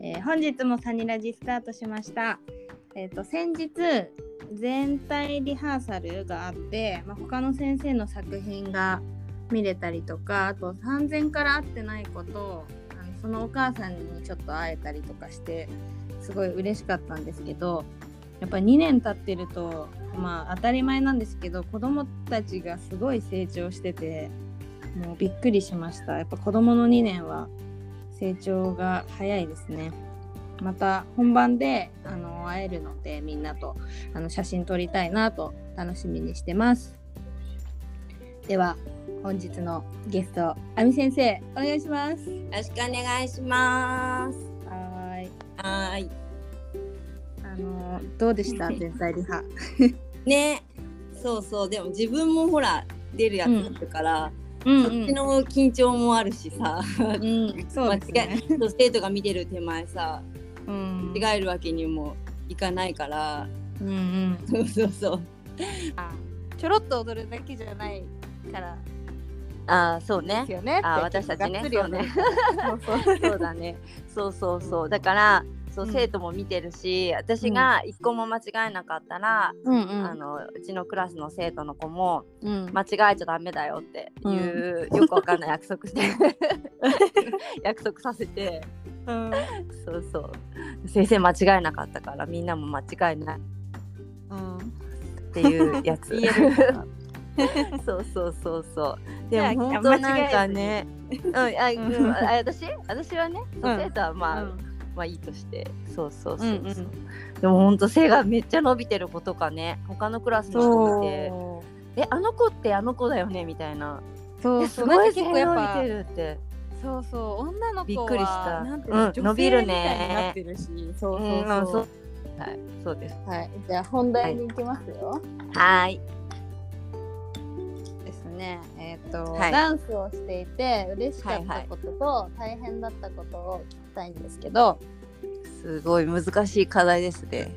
ー本日もサニラジスタートしました。えっ、と先日全体リハーサルがあって、まあ、他の先生の作品が見れたりとか、あと産前から会ってない子とあのそのお母さんにちょっと会えたりとかして、すごい嬉しかったんですけど、やっぱり2年経ってると。まあ当たり前なんですけど子供たちがすごい成長しててもうびっくりしましたやっぱ子供の2年は成長が早いですねまた本番であの会えるのでみんなとあの写真撮りたいなと楽しみにしてますでは本日のゲストあみ先生お願いしますよろしくお願いします。はーいはーい。あのどうで した全体リハね、そうそう、でも自分もほら、出るやつだったから、うんそっちの緊張もあるしさ。うん、そうです間違ねえ、そう生徒が見てる手前さ、うん間違えるわけにもいかないから。うんうんそうそうそう。ちょろっと踊るだけじゃないからああ、そうねですよねあーって私たちねがっつり踊るそうそうそうだね。そうそうそう、だから。そううん生徒も見てるし、私が一個も間違えなかったら、うんうあのうちのクラスの生徒の子もうん間違えちゃダメだよっていう、よくわかんない約束して 約束させてうんそうそう先生間違えなかったからみんなも間違えないっていうやつ言えるから そうそうそうそうじゃあでも本当なんかねうんあ、ずにうん、あ私私はね、そううん生徒はまあ、うんまあいいとしてそうそうそううそんう、うんでも本当背がめっちゃ伸びてる子とかね他のクラスの子見てそえあの子ってあの子だよねみたいなうそうえそすうごなんいか背結が構やっぱ伸びてるってそうそう女の子はびっくりしたなんていうのうん女伸び性るみたいになっねてるしそううそんうそうそうはいそうですはいじゃあ本題に行きますよ、はいですねえっ、と、はいダンスをしていて嬉しかったことと、大変だったことを聞きたいんですけどすごい難しい課題ですね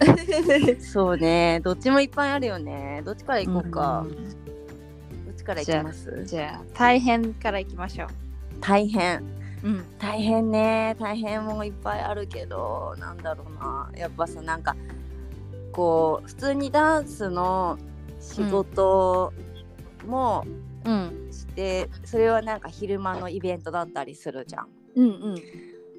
そうねどっちもいっぱいあるよねどっちから 行こうか、どっちから行きますじゃあ大変からいきましょう大変うん大変ね大変もいっぱいあるけどなんだろうなやっぱさなんかこう普通にダンスの仕事もうんして、それはなんか昼間のイベントだったりするじゃん。うんうん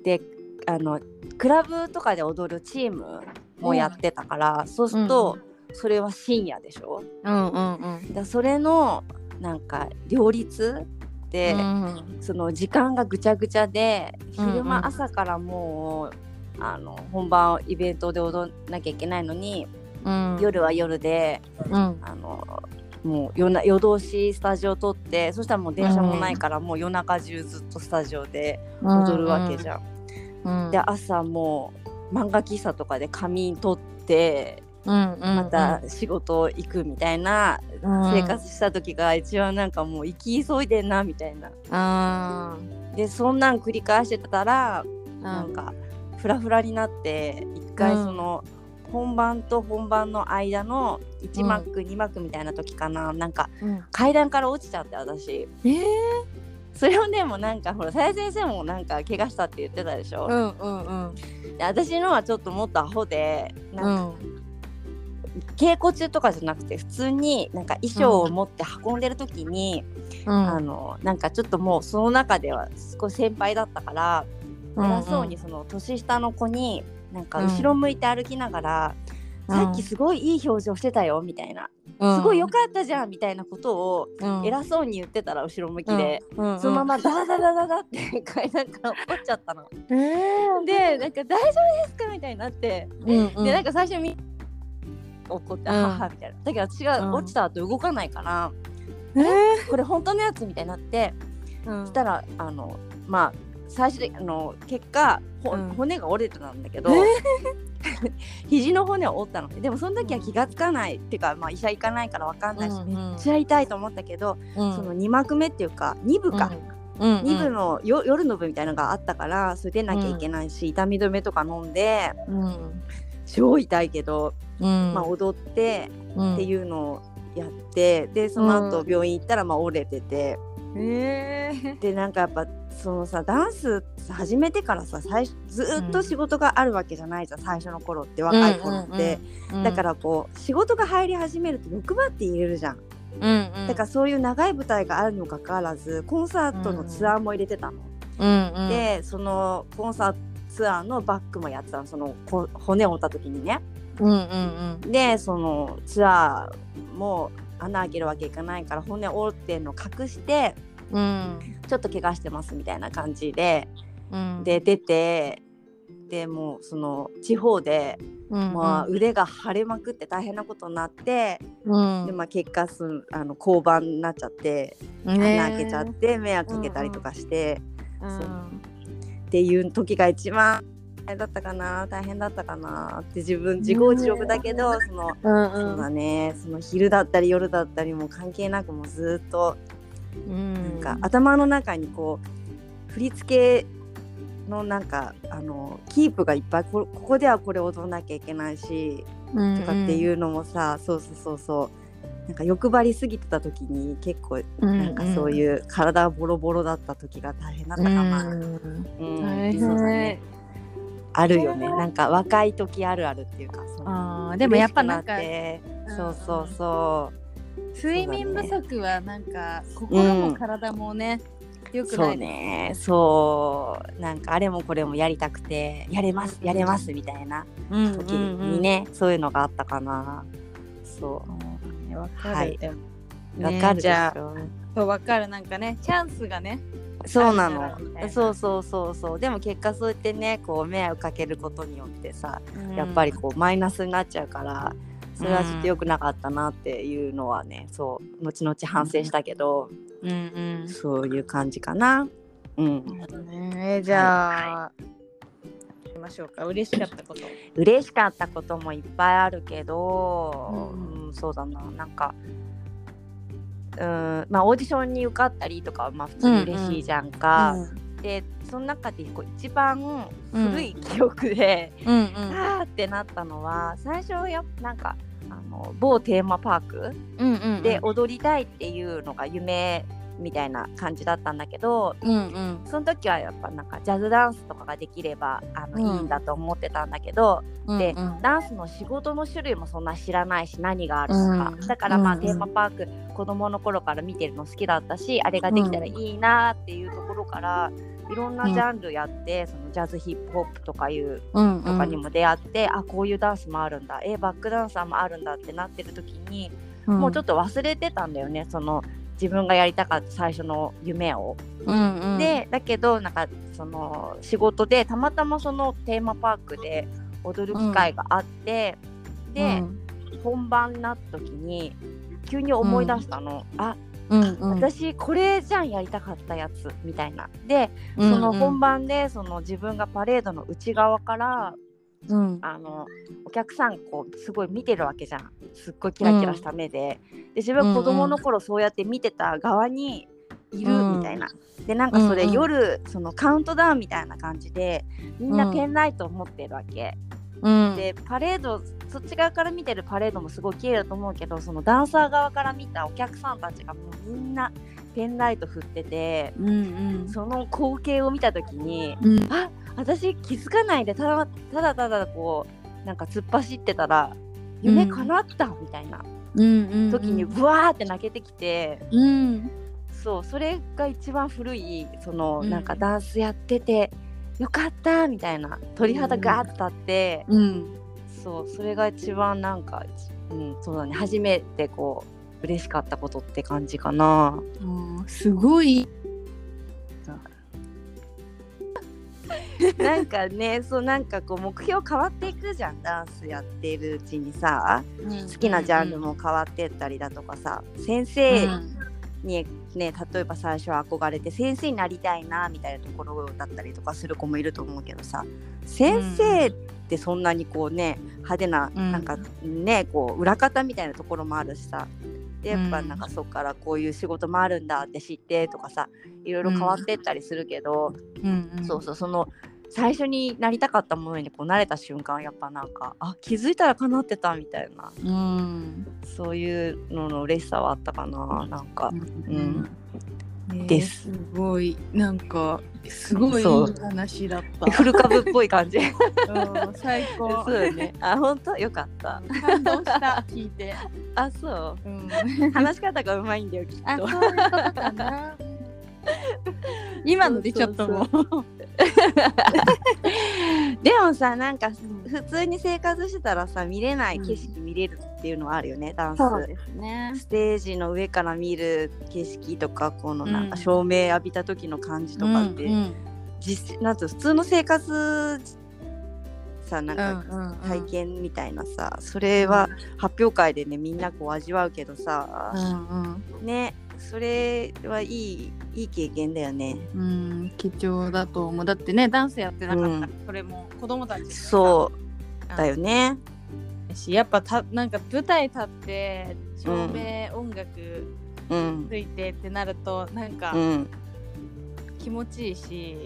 であのクラブとかで踊るチームもやってたから、そうすると、それは深夜でしょうんうんうんだそれのなんか両立で、うんその時間がぐちゃぐちゃでうんうん昼間朝からもう、あの本番イベントで踊んなきゃいけないのに、うん夜は夜でうんあのもう夜な夜通しスタジオ撮ってそしたらもう電車もないから、もう夜中中ずっとスタジオで踊るわけじゃんゃで朝もう漫画喫茶とかで仮眠取ってままた仕事行くみたいな生活した時が一番なんかもう生き急いでんなみたいな。あでそんなん繰り返してたらななんかフラフラになって一回うんその本番と本番の間の1うん幕2幕みたいな時かななんか階段から落ちちゃって私。えーそれをでもなんかほらさや先生もなんか怪我したって言ってたでしょ、うんうんうんで私のはちょっともっとアホでなんうんか稽古中とかじゃなくて普通になんか衣装を持って運んでる時に、あのなんかちょっともうその中では少し先輩だったから偉そうにその年下の子になんか後ろ向いて歩きながら、うんさっきすごいいい表情してたよみたいな、すごい良かったじゃんみたいなことを偉そうに言ってたら後ろ向きで、そのまままダダダダダダって階段から落っこっちゃったの。でなんか大丈夫ですかみたいになって。でなんか最初み怒って、うんははみたいなだけど私うんが落ちた後動かないから、えーこれ本当のやつみたいになってそしたらあのまあ最終的あの結果、ほうん骨が折れてたんだけど、え 肘の骨を折ったのでもその時は気が付かない、っていうか、まあ、医者行かないから分かんないし、うんうんめっちゃ痛いと思ったけど、その2幕目っていうか2部か、うん2部のよ夜の部みたいなのがあったからそれ出なきゃいけないし、痛み止めとか飲んでうん超痛いけど、うんまあ、踊ってうんっていうのをやってでその後病院行ったらまあ折れてて、うんへえ、でなんかやっぱそのさダンス始めてからさ最初ずーっと仕事があるわけじゃないじゃん、最初の頃って若い頃って、だかららこう仕事が入り始めると欲張って入れるじゃん、うんうん、だからそういう長い舞台があるにもかかわらずコンサートのツアーも入れてたの、ら、うんうん、でそのコンサートツアーのバックもやってたのそのこ骨を折った時にねうんうんうんでそのツアーも穴開けるわけいかないから骨折ってんの隠してうんちょっと怪我してますみたいな感じでうん、で出てでもうその地方で、うんうん、まあ、腕が腫れまくって大変なことになって、うん、でまあ、結果そのあの交番になっちゃってね穴開けちゃって迷惑かけたりとかして、うんっていう時が一番あれだったかな大変だったかなって自分自業自得だけど、その。うんうそうだんねその昼だったり夜だったりも関係なくもうずっとうんなんか頭の中にこう振り付けのなんかあのキープがいっぱいこここではこれ踊んなきゃいけないしとかっていううのもさ、そうそうそうそうなんか欲張りすぎてた時に結構んなんかそうういう体ボロボロだった時が大変だったかな、うんんう大ん変そうだねあるよねなんか若い時あるあるっていうかそのあーでもやっぱなんか嬉しくなってうんそうそうそう。睡眠不足はなんか心も体もね、良くそなういねねそうなんかあれもこれもやりたくてやれますやれますみたいなうん時にね、そういうのがあったかなそううんわかる、はいでもわねかるじでしゃあょ、そうわかるなんかねチャンスがねそうなあるならみたいのなそうそうそうそうでも結果そうやってねこう迷惑かけることによってさやっぱりこうマイナスになっちゃうからそれはちょっと良くなかったなっていうのはねそう後々反省したけど、うんうんそういう感じかなうんねえじゃあ、行きましょうか嬉しかったこと嬉しかったこともいっぱいあるけど、ううんそうだななんかうんまあオーディションに受かったりとかはまあ普通に嬉しいじゃんか、でその中でこう一番古い記憶で、うんうんあーってなったのは最初やっぱなんかあの某テーマパークうんうんで踊りたいっていうのが夢みたいな感じだったんだけど、うんうんその時はやっぱなんかジャズダンスとかができればあの、うんいいんだと思ってたんだけど、うんでうんダンスの仕事の種類もそんな知らないし何があるとか、うんだからまあ、うんテーマパーク子どもの頃から見てるの好きだったしあれができたらいいなっていうところから、いろんなジャンルやって、そのジャズヒップホップとかいううんうんとかにも出会って、あこういうダンスもあるんだえバックダンサーもあるんだってなってる時に、もうちょっと、と忘れてたんだよねその自分がやりたかった最初の夢を。うんうん、でだけどなんかその仕事でたまたまそのテーマパークで踊る機会があって、で、本番になった時に急に思い出したの、あうんうんうん、私これじゃんやりたかったやつみたいなでその本番でその自分がパレードの内側からうんうんあのお客さんこうすごい見てるわけじゃんすっごいキラキラした目で,、で自分は子供の頃そうやって見てた側にいるうんみたいな、でなんかそれうんうん夜そのカウントダウンみたいな感じでみんうなんペンライトを持ってるわけ、うん、でパレードそっち側から見てるパレードもすごい綺麗だと思うけどそのダンサー側から見たお客さんたちがもうみんなペンライト振っててうんうんその光景を見た時にうん私気づかないでただただただこうなんか突っ走ってたら夢叶ったみたいなうんうん時にブワーって泣けてきて、うんそうそれが一番古いそのうんなんかダンスやってて、よかったみたいな鳥肌がーッと立って、うんそうそれが一番なんか、うん、そうだね初めてこう嬉しかったことって感じ かな。うんすごいなんかねそうなんかこう目標変わっていくじゃんダンスやってるうちにさ。好好きなジャンルも変わってったりだとかさ先生にね例えば最初は憧れて先生になりたいなみたいなところだったりとかする子もいると思うけどさ先生ってそんなにこうね派手なうんなんかねこう裏方みたいなところもあるしさでやっぱうんなんかそっからこういう仕事もあるんだって知ってとかさいろいろ変わってったりするけど、うんうんそうそうその最初になりたかったものにこう慣れた瞬間やっぱなんかあ気づいたら叶ってたみたいな。うんそういうのの嬉しさはあったかな、なんか。ううんんですえーすごいなんかすごいいそうい話だっ古株っぽい感じでた。うん最高。すよね あ本当よかった感動した聞いて。あそううん。話し方がうまいんだよきっあそうということかな。今のでちょっともうでもさなんか普通に生活してたらさ見れない景色見れるっていうのはあるよね、ダンスすねステージの上から見る景色とかこのなんうかん照明浴びた時の感じとかって、実なんていうの普通の生活さなんか体験みたいなさ、それは発表会でねみんなこう味わうけどさ、ねそれはいいいい経験だよね。うん貴重だと思う。だってねダンスやってなかったら、それも子供たちそうだよね。うしやっぱたなんか舞台立って照明、音楽うん、ついてってなるとなんかうん、気持ちいいし、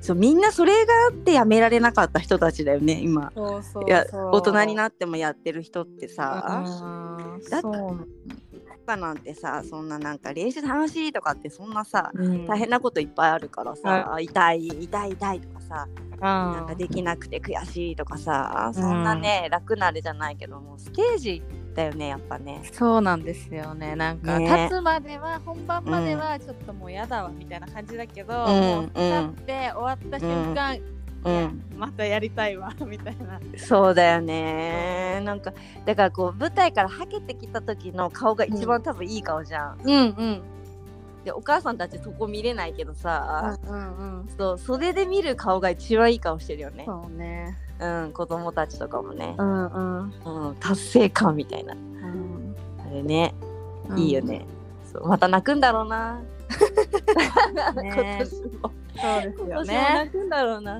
そうみんなそれがあってやめられなかった人たちだよね今。そうそうそういや大人になってもやってる人ってさ、うんだっそう、他なんてさそんななんか練習楽しいとかってそんなさ、うん大変なこといっぱいあるからさ、痛い痛い痛いとかさ、ななんかできなくて悔しいとかさそんなね、楽なあれじゃないけどもステージだよねやっぱね。そうなんですよねなんかね立つまでは、本番まではちょっともうやだわみたいな感じだけど、うんもう立って終わった瞬間、うん、またやりたいわみたいなそうだよねなんかだからこう舞台からはけてきた時の顔が一番多分いい顔じゃん。うんうんでお母さんたちそこ見れないけどさ、うんうんそう袖で見る顔が一番いい顔してるよね。そうねうん、子供たちとかもね、んうん、うん、達成感みたいなあれね、いいよねそうまた泣くんだろうな、ねもそうです今よ年もね泣くんだろう な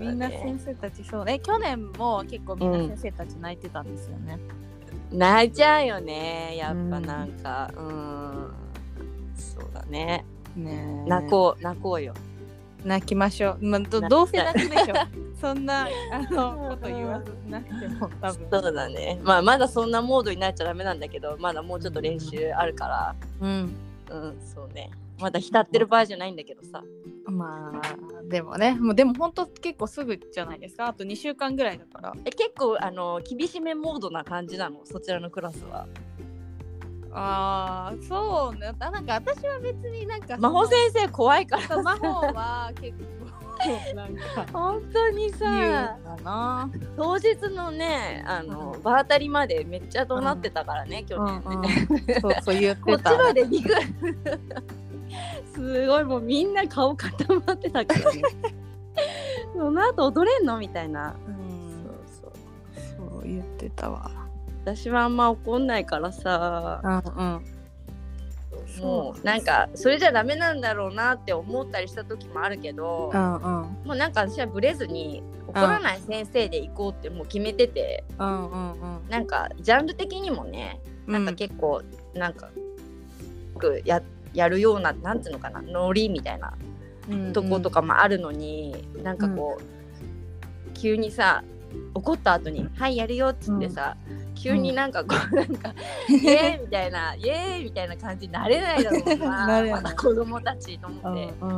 みんな先生たちそうね去年も結構みんな先生たち泣いてたんですよね、泣いちゃうよねやっぱなんかうんそうだねね泣こう泣こうよ泣きましょう、まあ、ど泣きたいどうせ泣くでしょ そんなあのこと言わずなくても多分そうだねまあまだそんなモードになっちゃダメなんだけどまだもうちょっと練習あるかうんらうんそうねまだ浸ってる場合じゃないんだけどさまあでもねもうでも本当結構すぐじゃないですかあと2週間ぐらいだからえ結構あの厳しめモードな感じなのそちらのクラスはああそうねあなんか私は別になんか真帆先生怖いから生真帆は結構なんか本当にさ言うかな当日のねあの、うん場当たりまでめっちゃ怒鳴ってたからね、去年ね、そうそう言っこてっちたまで行く すごいもうみんな顔固まってた からねその後踊れんのみたいな、うそうんそうそう言ってたわ私はあんま怒んないからさうんうんもうなんかそれじゃダメなんだろうなって思ったりした時もあるけど、うんうんもうなんか私はブレずに怒らない先生で行こうってもう決めてて、うんうんなんかジャンル的にもねうんなんか結構なんかよくややるようななんつうのかなノリみたいなとことかもあるのに、なんかこう、急にさ怒った後に「はいやるよ」っつってさ、急になんかこうなんか「イエーイ!」みたいな「イエーイ!」みたいな感じになれないだろ うななれないまだ子供たちと思うっんて、うん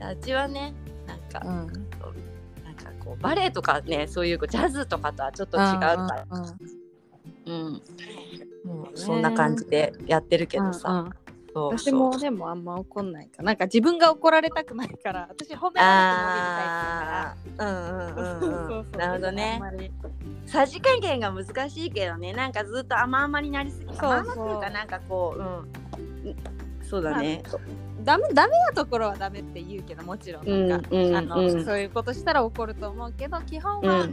あっちはねなんか、うんなんかこうバレエとかねそういうこうジャズとかとはちょっと違うから、うんうんうんもうそんな感じでやってるけどさ、うんうんそう私そうもでもあんま怒んないかなんか自分が怒られたくないから私褒めらああれて伸 うんびうるんタイプだからうんうんなるほどねそうそうそうさじ加減が難しいけどねなんかずっと甘々になりすぎそうそう甘々っていうかなんかこううんそうだね、ダメダメなところはダメって言うけどもちろんなんか、うんうんあのうんそういうことしたら怒ると思うけど基本うは、ん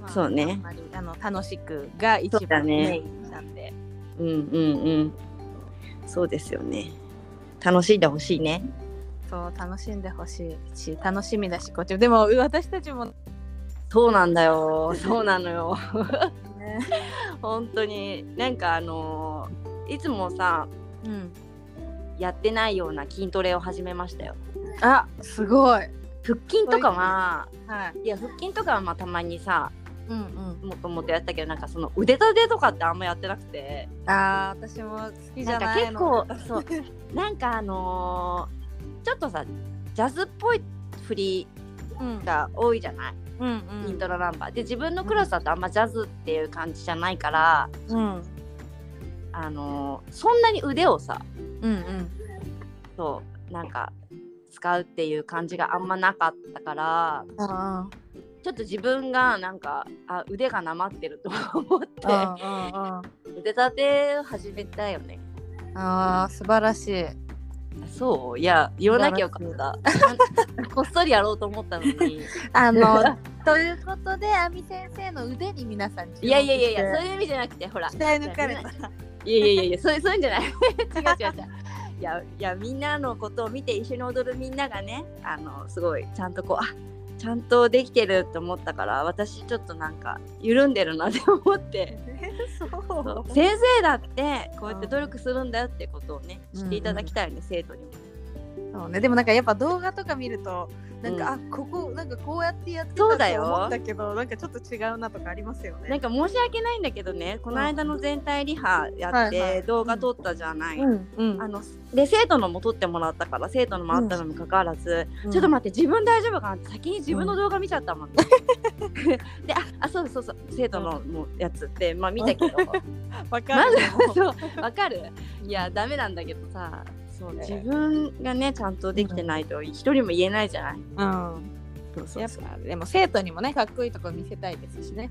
まあそうねあんまりあの楽しくが一そうだ番ねメインなんでうんうんうんそうですよね楽しんでほしいねそう,、楽しんでほしいし楽しみだしこっちもでも私たちもねそうなんだよそうなのよ本当になんかあのーいつもさうんやってないような筋トレを始めましたよあすごい腹筋とかははいいや腹筋とかはまあたまにさうんうんもともとやってたけどなんかその腕立てとかってあんまやってなくてあー私も好きじなゃんかない結の構そうなんかあのーちょっとさジャズっぽい振りうんが多いじゃない、うんイントロナンバーで自分のクラスだとあんまジャズっていう感じじゃないから、うんあのーそんなに腕をさうんうんそうなんか使うっていう感じがあんまなかったからあちょっと自分がなんかあ腕がなまってると思ってあああ腕立てを始めたよねあー素晴らしいそういや言 わなきゃよかったこっそりやろうと思ったのにあ のということで、あみ先生の腕に皆さん注目していやいやいやいやそういう意味じゃなくてほら鍛え抜かれたいやいやいやそういうそういうん じゃない違う違う違ういやいやみんなのことを見て一緒に踊るみんながねあのすごいちゃんとこうあちゃんとできてると思ったから私ちょっとなんか緩んでるなって思 ってそうそう先生だってこうやって努力するんだよってことをね知っていただきたいね、生徒にも。そうねでもなんかやっぱ動画とか見るとなんか、うあここなんかこうやってやってたそうだよと思ったけどなんかちょっと違うなとかありますよねなんか申し訳ないんだけどねこの間の全体リハやっはいはてい動画撮ったじゃない。んうんあので生徒のも撮ってもらったから生徒のもあったのにかかわらず、ちょっと待って自分大丈夫かなって先に自分の動画見ちゃったもんね。でああそうそうそう生徒のもうやつってまあ見たけどってわかまるずそうわかるいやダメなんだけどさそう自分がねちゃんとできてないと一人も言えないじゃない。うんそうそやうっそうぱでも生徒にもねかっこいいとこ見せたいですしね、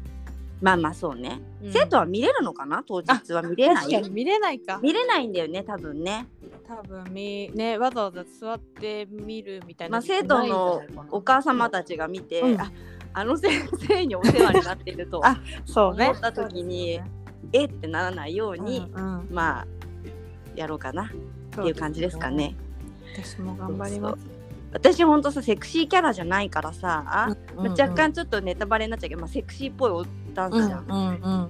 まあまあそうね、生徒は見れるのかな当日は見れな確かにい見れないか見れないんだよね多分ね。多分みねわざわざ座って見るみたいまなあ、生徒のお母様たちが見て、うんああの先生にお世話になってるとあそう思ねった時に、えってならないように、うんうんまあやろうかなっていう感じですかね。私も頑張りますそうそう私ほんとさセクシーキャラじゃないからさ、うんうん若干ちょっとネタバレになっちゃうけど、まあ、セクシーっぽいおダンうスんじゃん。うんうん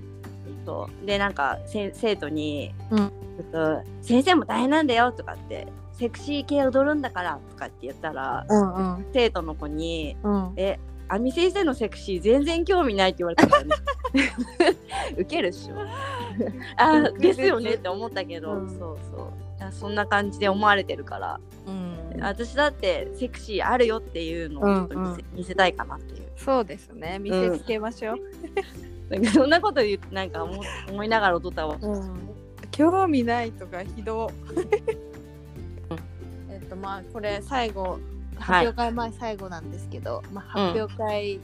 そうでなんかせ生徒に、うんちょっと「先生も大変なんだよ」とかって「セクシー系踊るんだから」とかって言ったらうんうん生徒の子にうんえ、あみ先生のセクシー全然興味ないって言われたからね。 ウケるっしょ。あ、ですよねって思ったけど、うんそうそう。あそんな感じで思われてるから、うん私だってセクシーあるよっていうのをちょっと見せ,、うん見せたいかなっていう。そうですね見せつけましょう、なんかそんなこと言ってなんか思思いながら踊ったわ。興味ないとかひど えっとまあこれ最後はい発表会前最後なんですけど、まあ、うん発表会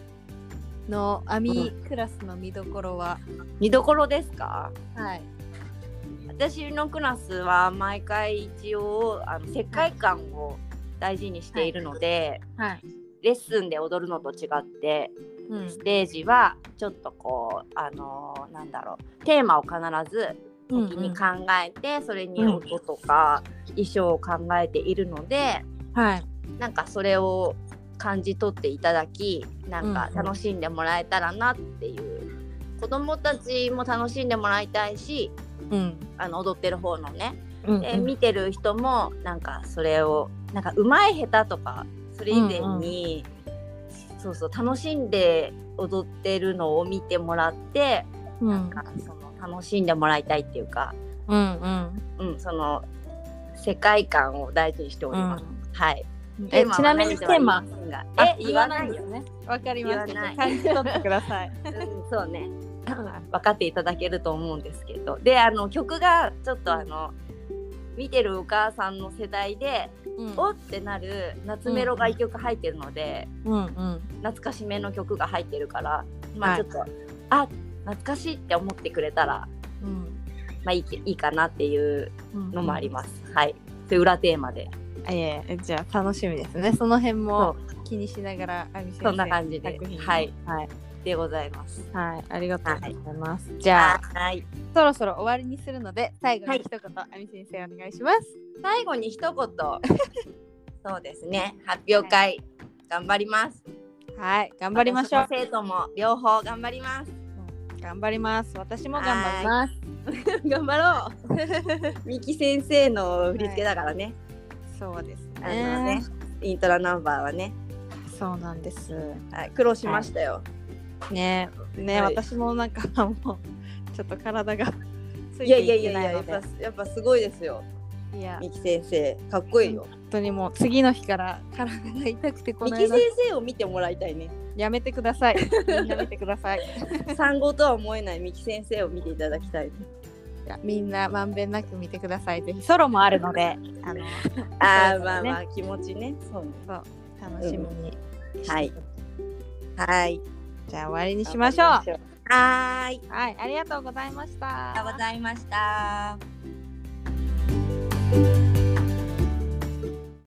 の網クラスの見どころは、見どころですか？はい私のクラスは毎回一応あの世界観を大事にしているので、はい、レッスンで踊るのと違ってうんステージはちょっとこうあのーなんだろうテーマを必ずうん先に考えて、それに音とか衣装を考えているので、はいなんかそれを感じ取っていただきなんかうんうん楽しんでもらえたらなっていう、子どもたちも楽しんでもらいたいしうんあの踊ってる方のね、うんで見てる人もなんかそれをなんか上手い下手とかそれ以前に、そうそう楽しんで踊ってるのを見てもらって、うなんんかその楽しんでもらいたいっていうか、うんうんうん、その世界観を大事にしております。はい。えテーマはちなみにテーマ何でも言いませんがあえ言わないよ。ねわかりました言わない感じ取ってください うんそうね。分かっていただけると思うんですけど、であの曲がちょっとあの。見てるお母さんの世代でうんおってなる夏メロが1曲入ってるので、うんうん懐かしめの曲が入ってるからまはあいちょっと、あ懐かしいって思ってくれたらうんまあいいけいいかなっていううんのもあります、はいで裏テーマでいえいえじゃあ楽しみですねその辺も気にしながらあみ先生そんな感じで作品をはいはいでございますはい、ありがとうございます。じゃあ、はいそろそろ終わりにするので、最後はにい一言、あみ先生お願いします。最後に一言そうですね発表会頑張りますはい、頑張りましょう私。も生徒も両方頑張ります頑張ります。私も頑張ります。 頑張ろう ミキ先生の振り付けだからね、そうですあのねね。イントラナンバーはねそうなんです。はい苦労しましたよ、ね、ね、はい私もなんかもうちょっと体がついいやていやいいけやいなやいやのっでぱやっぱすごいですよいやミキ先生かっこいいよ本当にもう次の日から体が痛くてこミのキ間先生を見てもらいたい ねやめてください みんな見てください産後とは思えないミキ先生を見ていただきたいいやみんなまんべんなく見てくださいぜひソロもあるのであの ああまあまあ気持ちねそうね楽しみに、はいはいじゃあ終わりにしましょうはーいはいありがとうございましたありがとうございました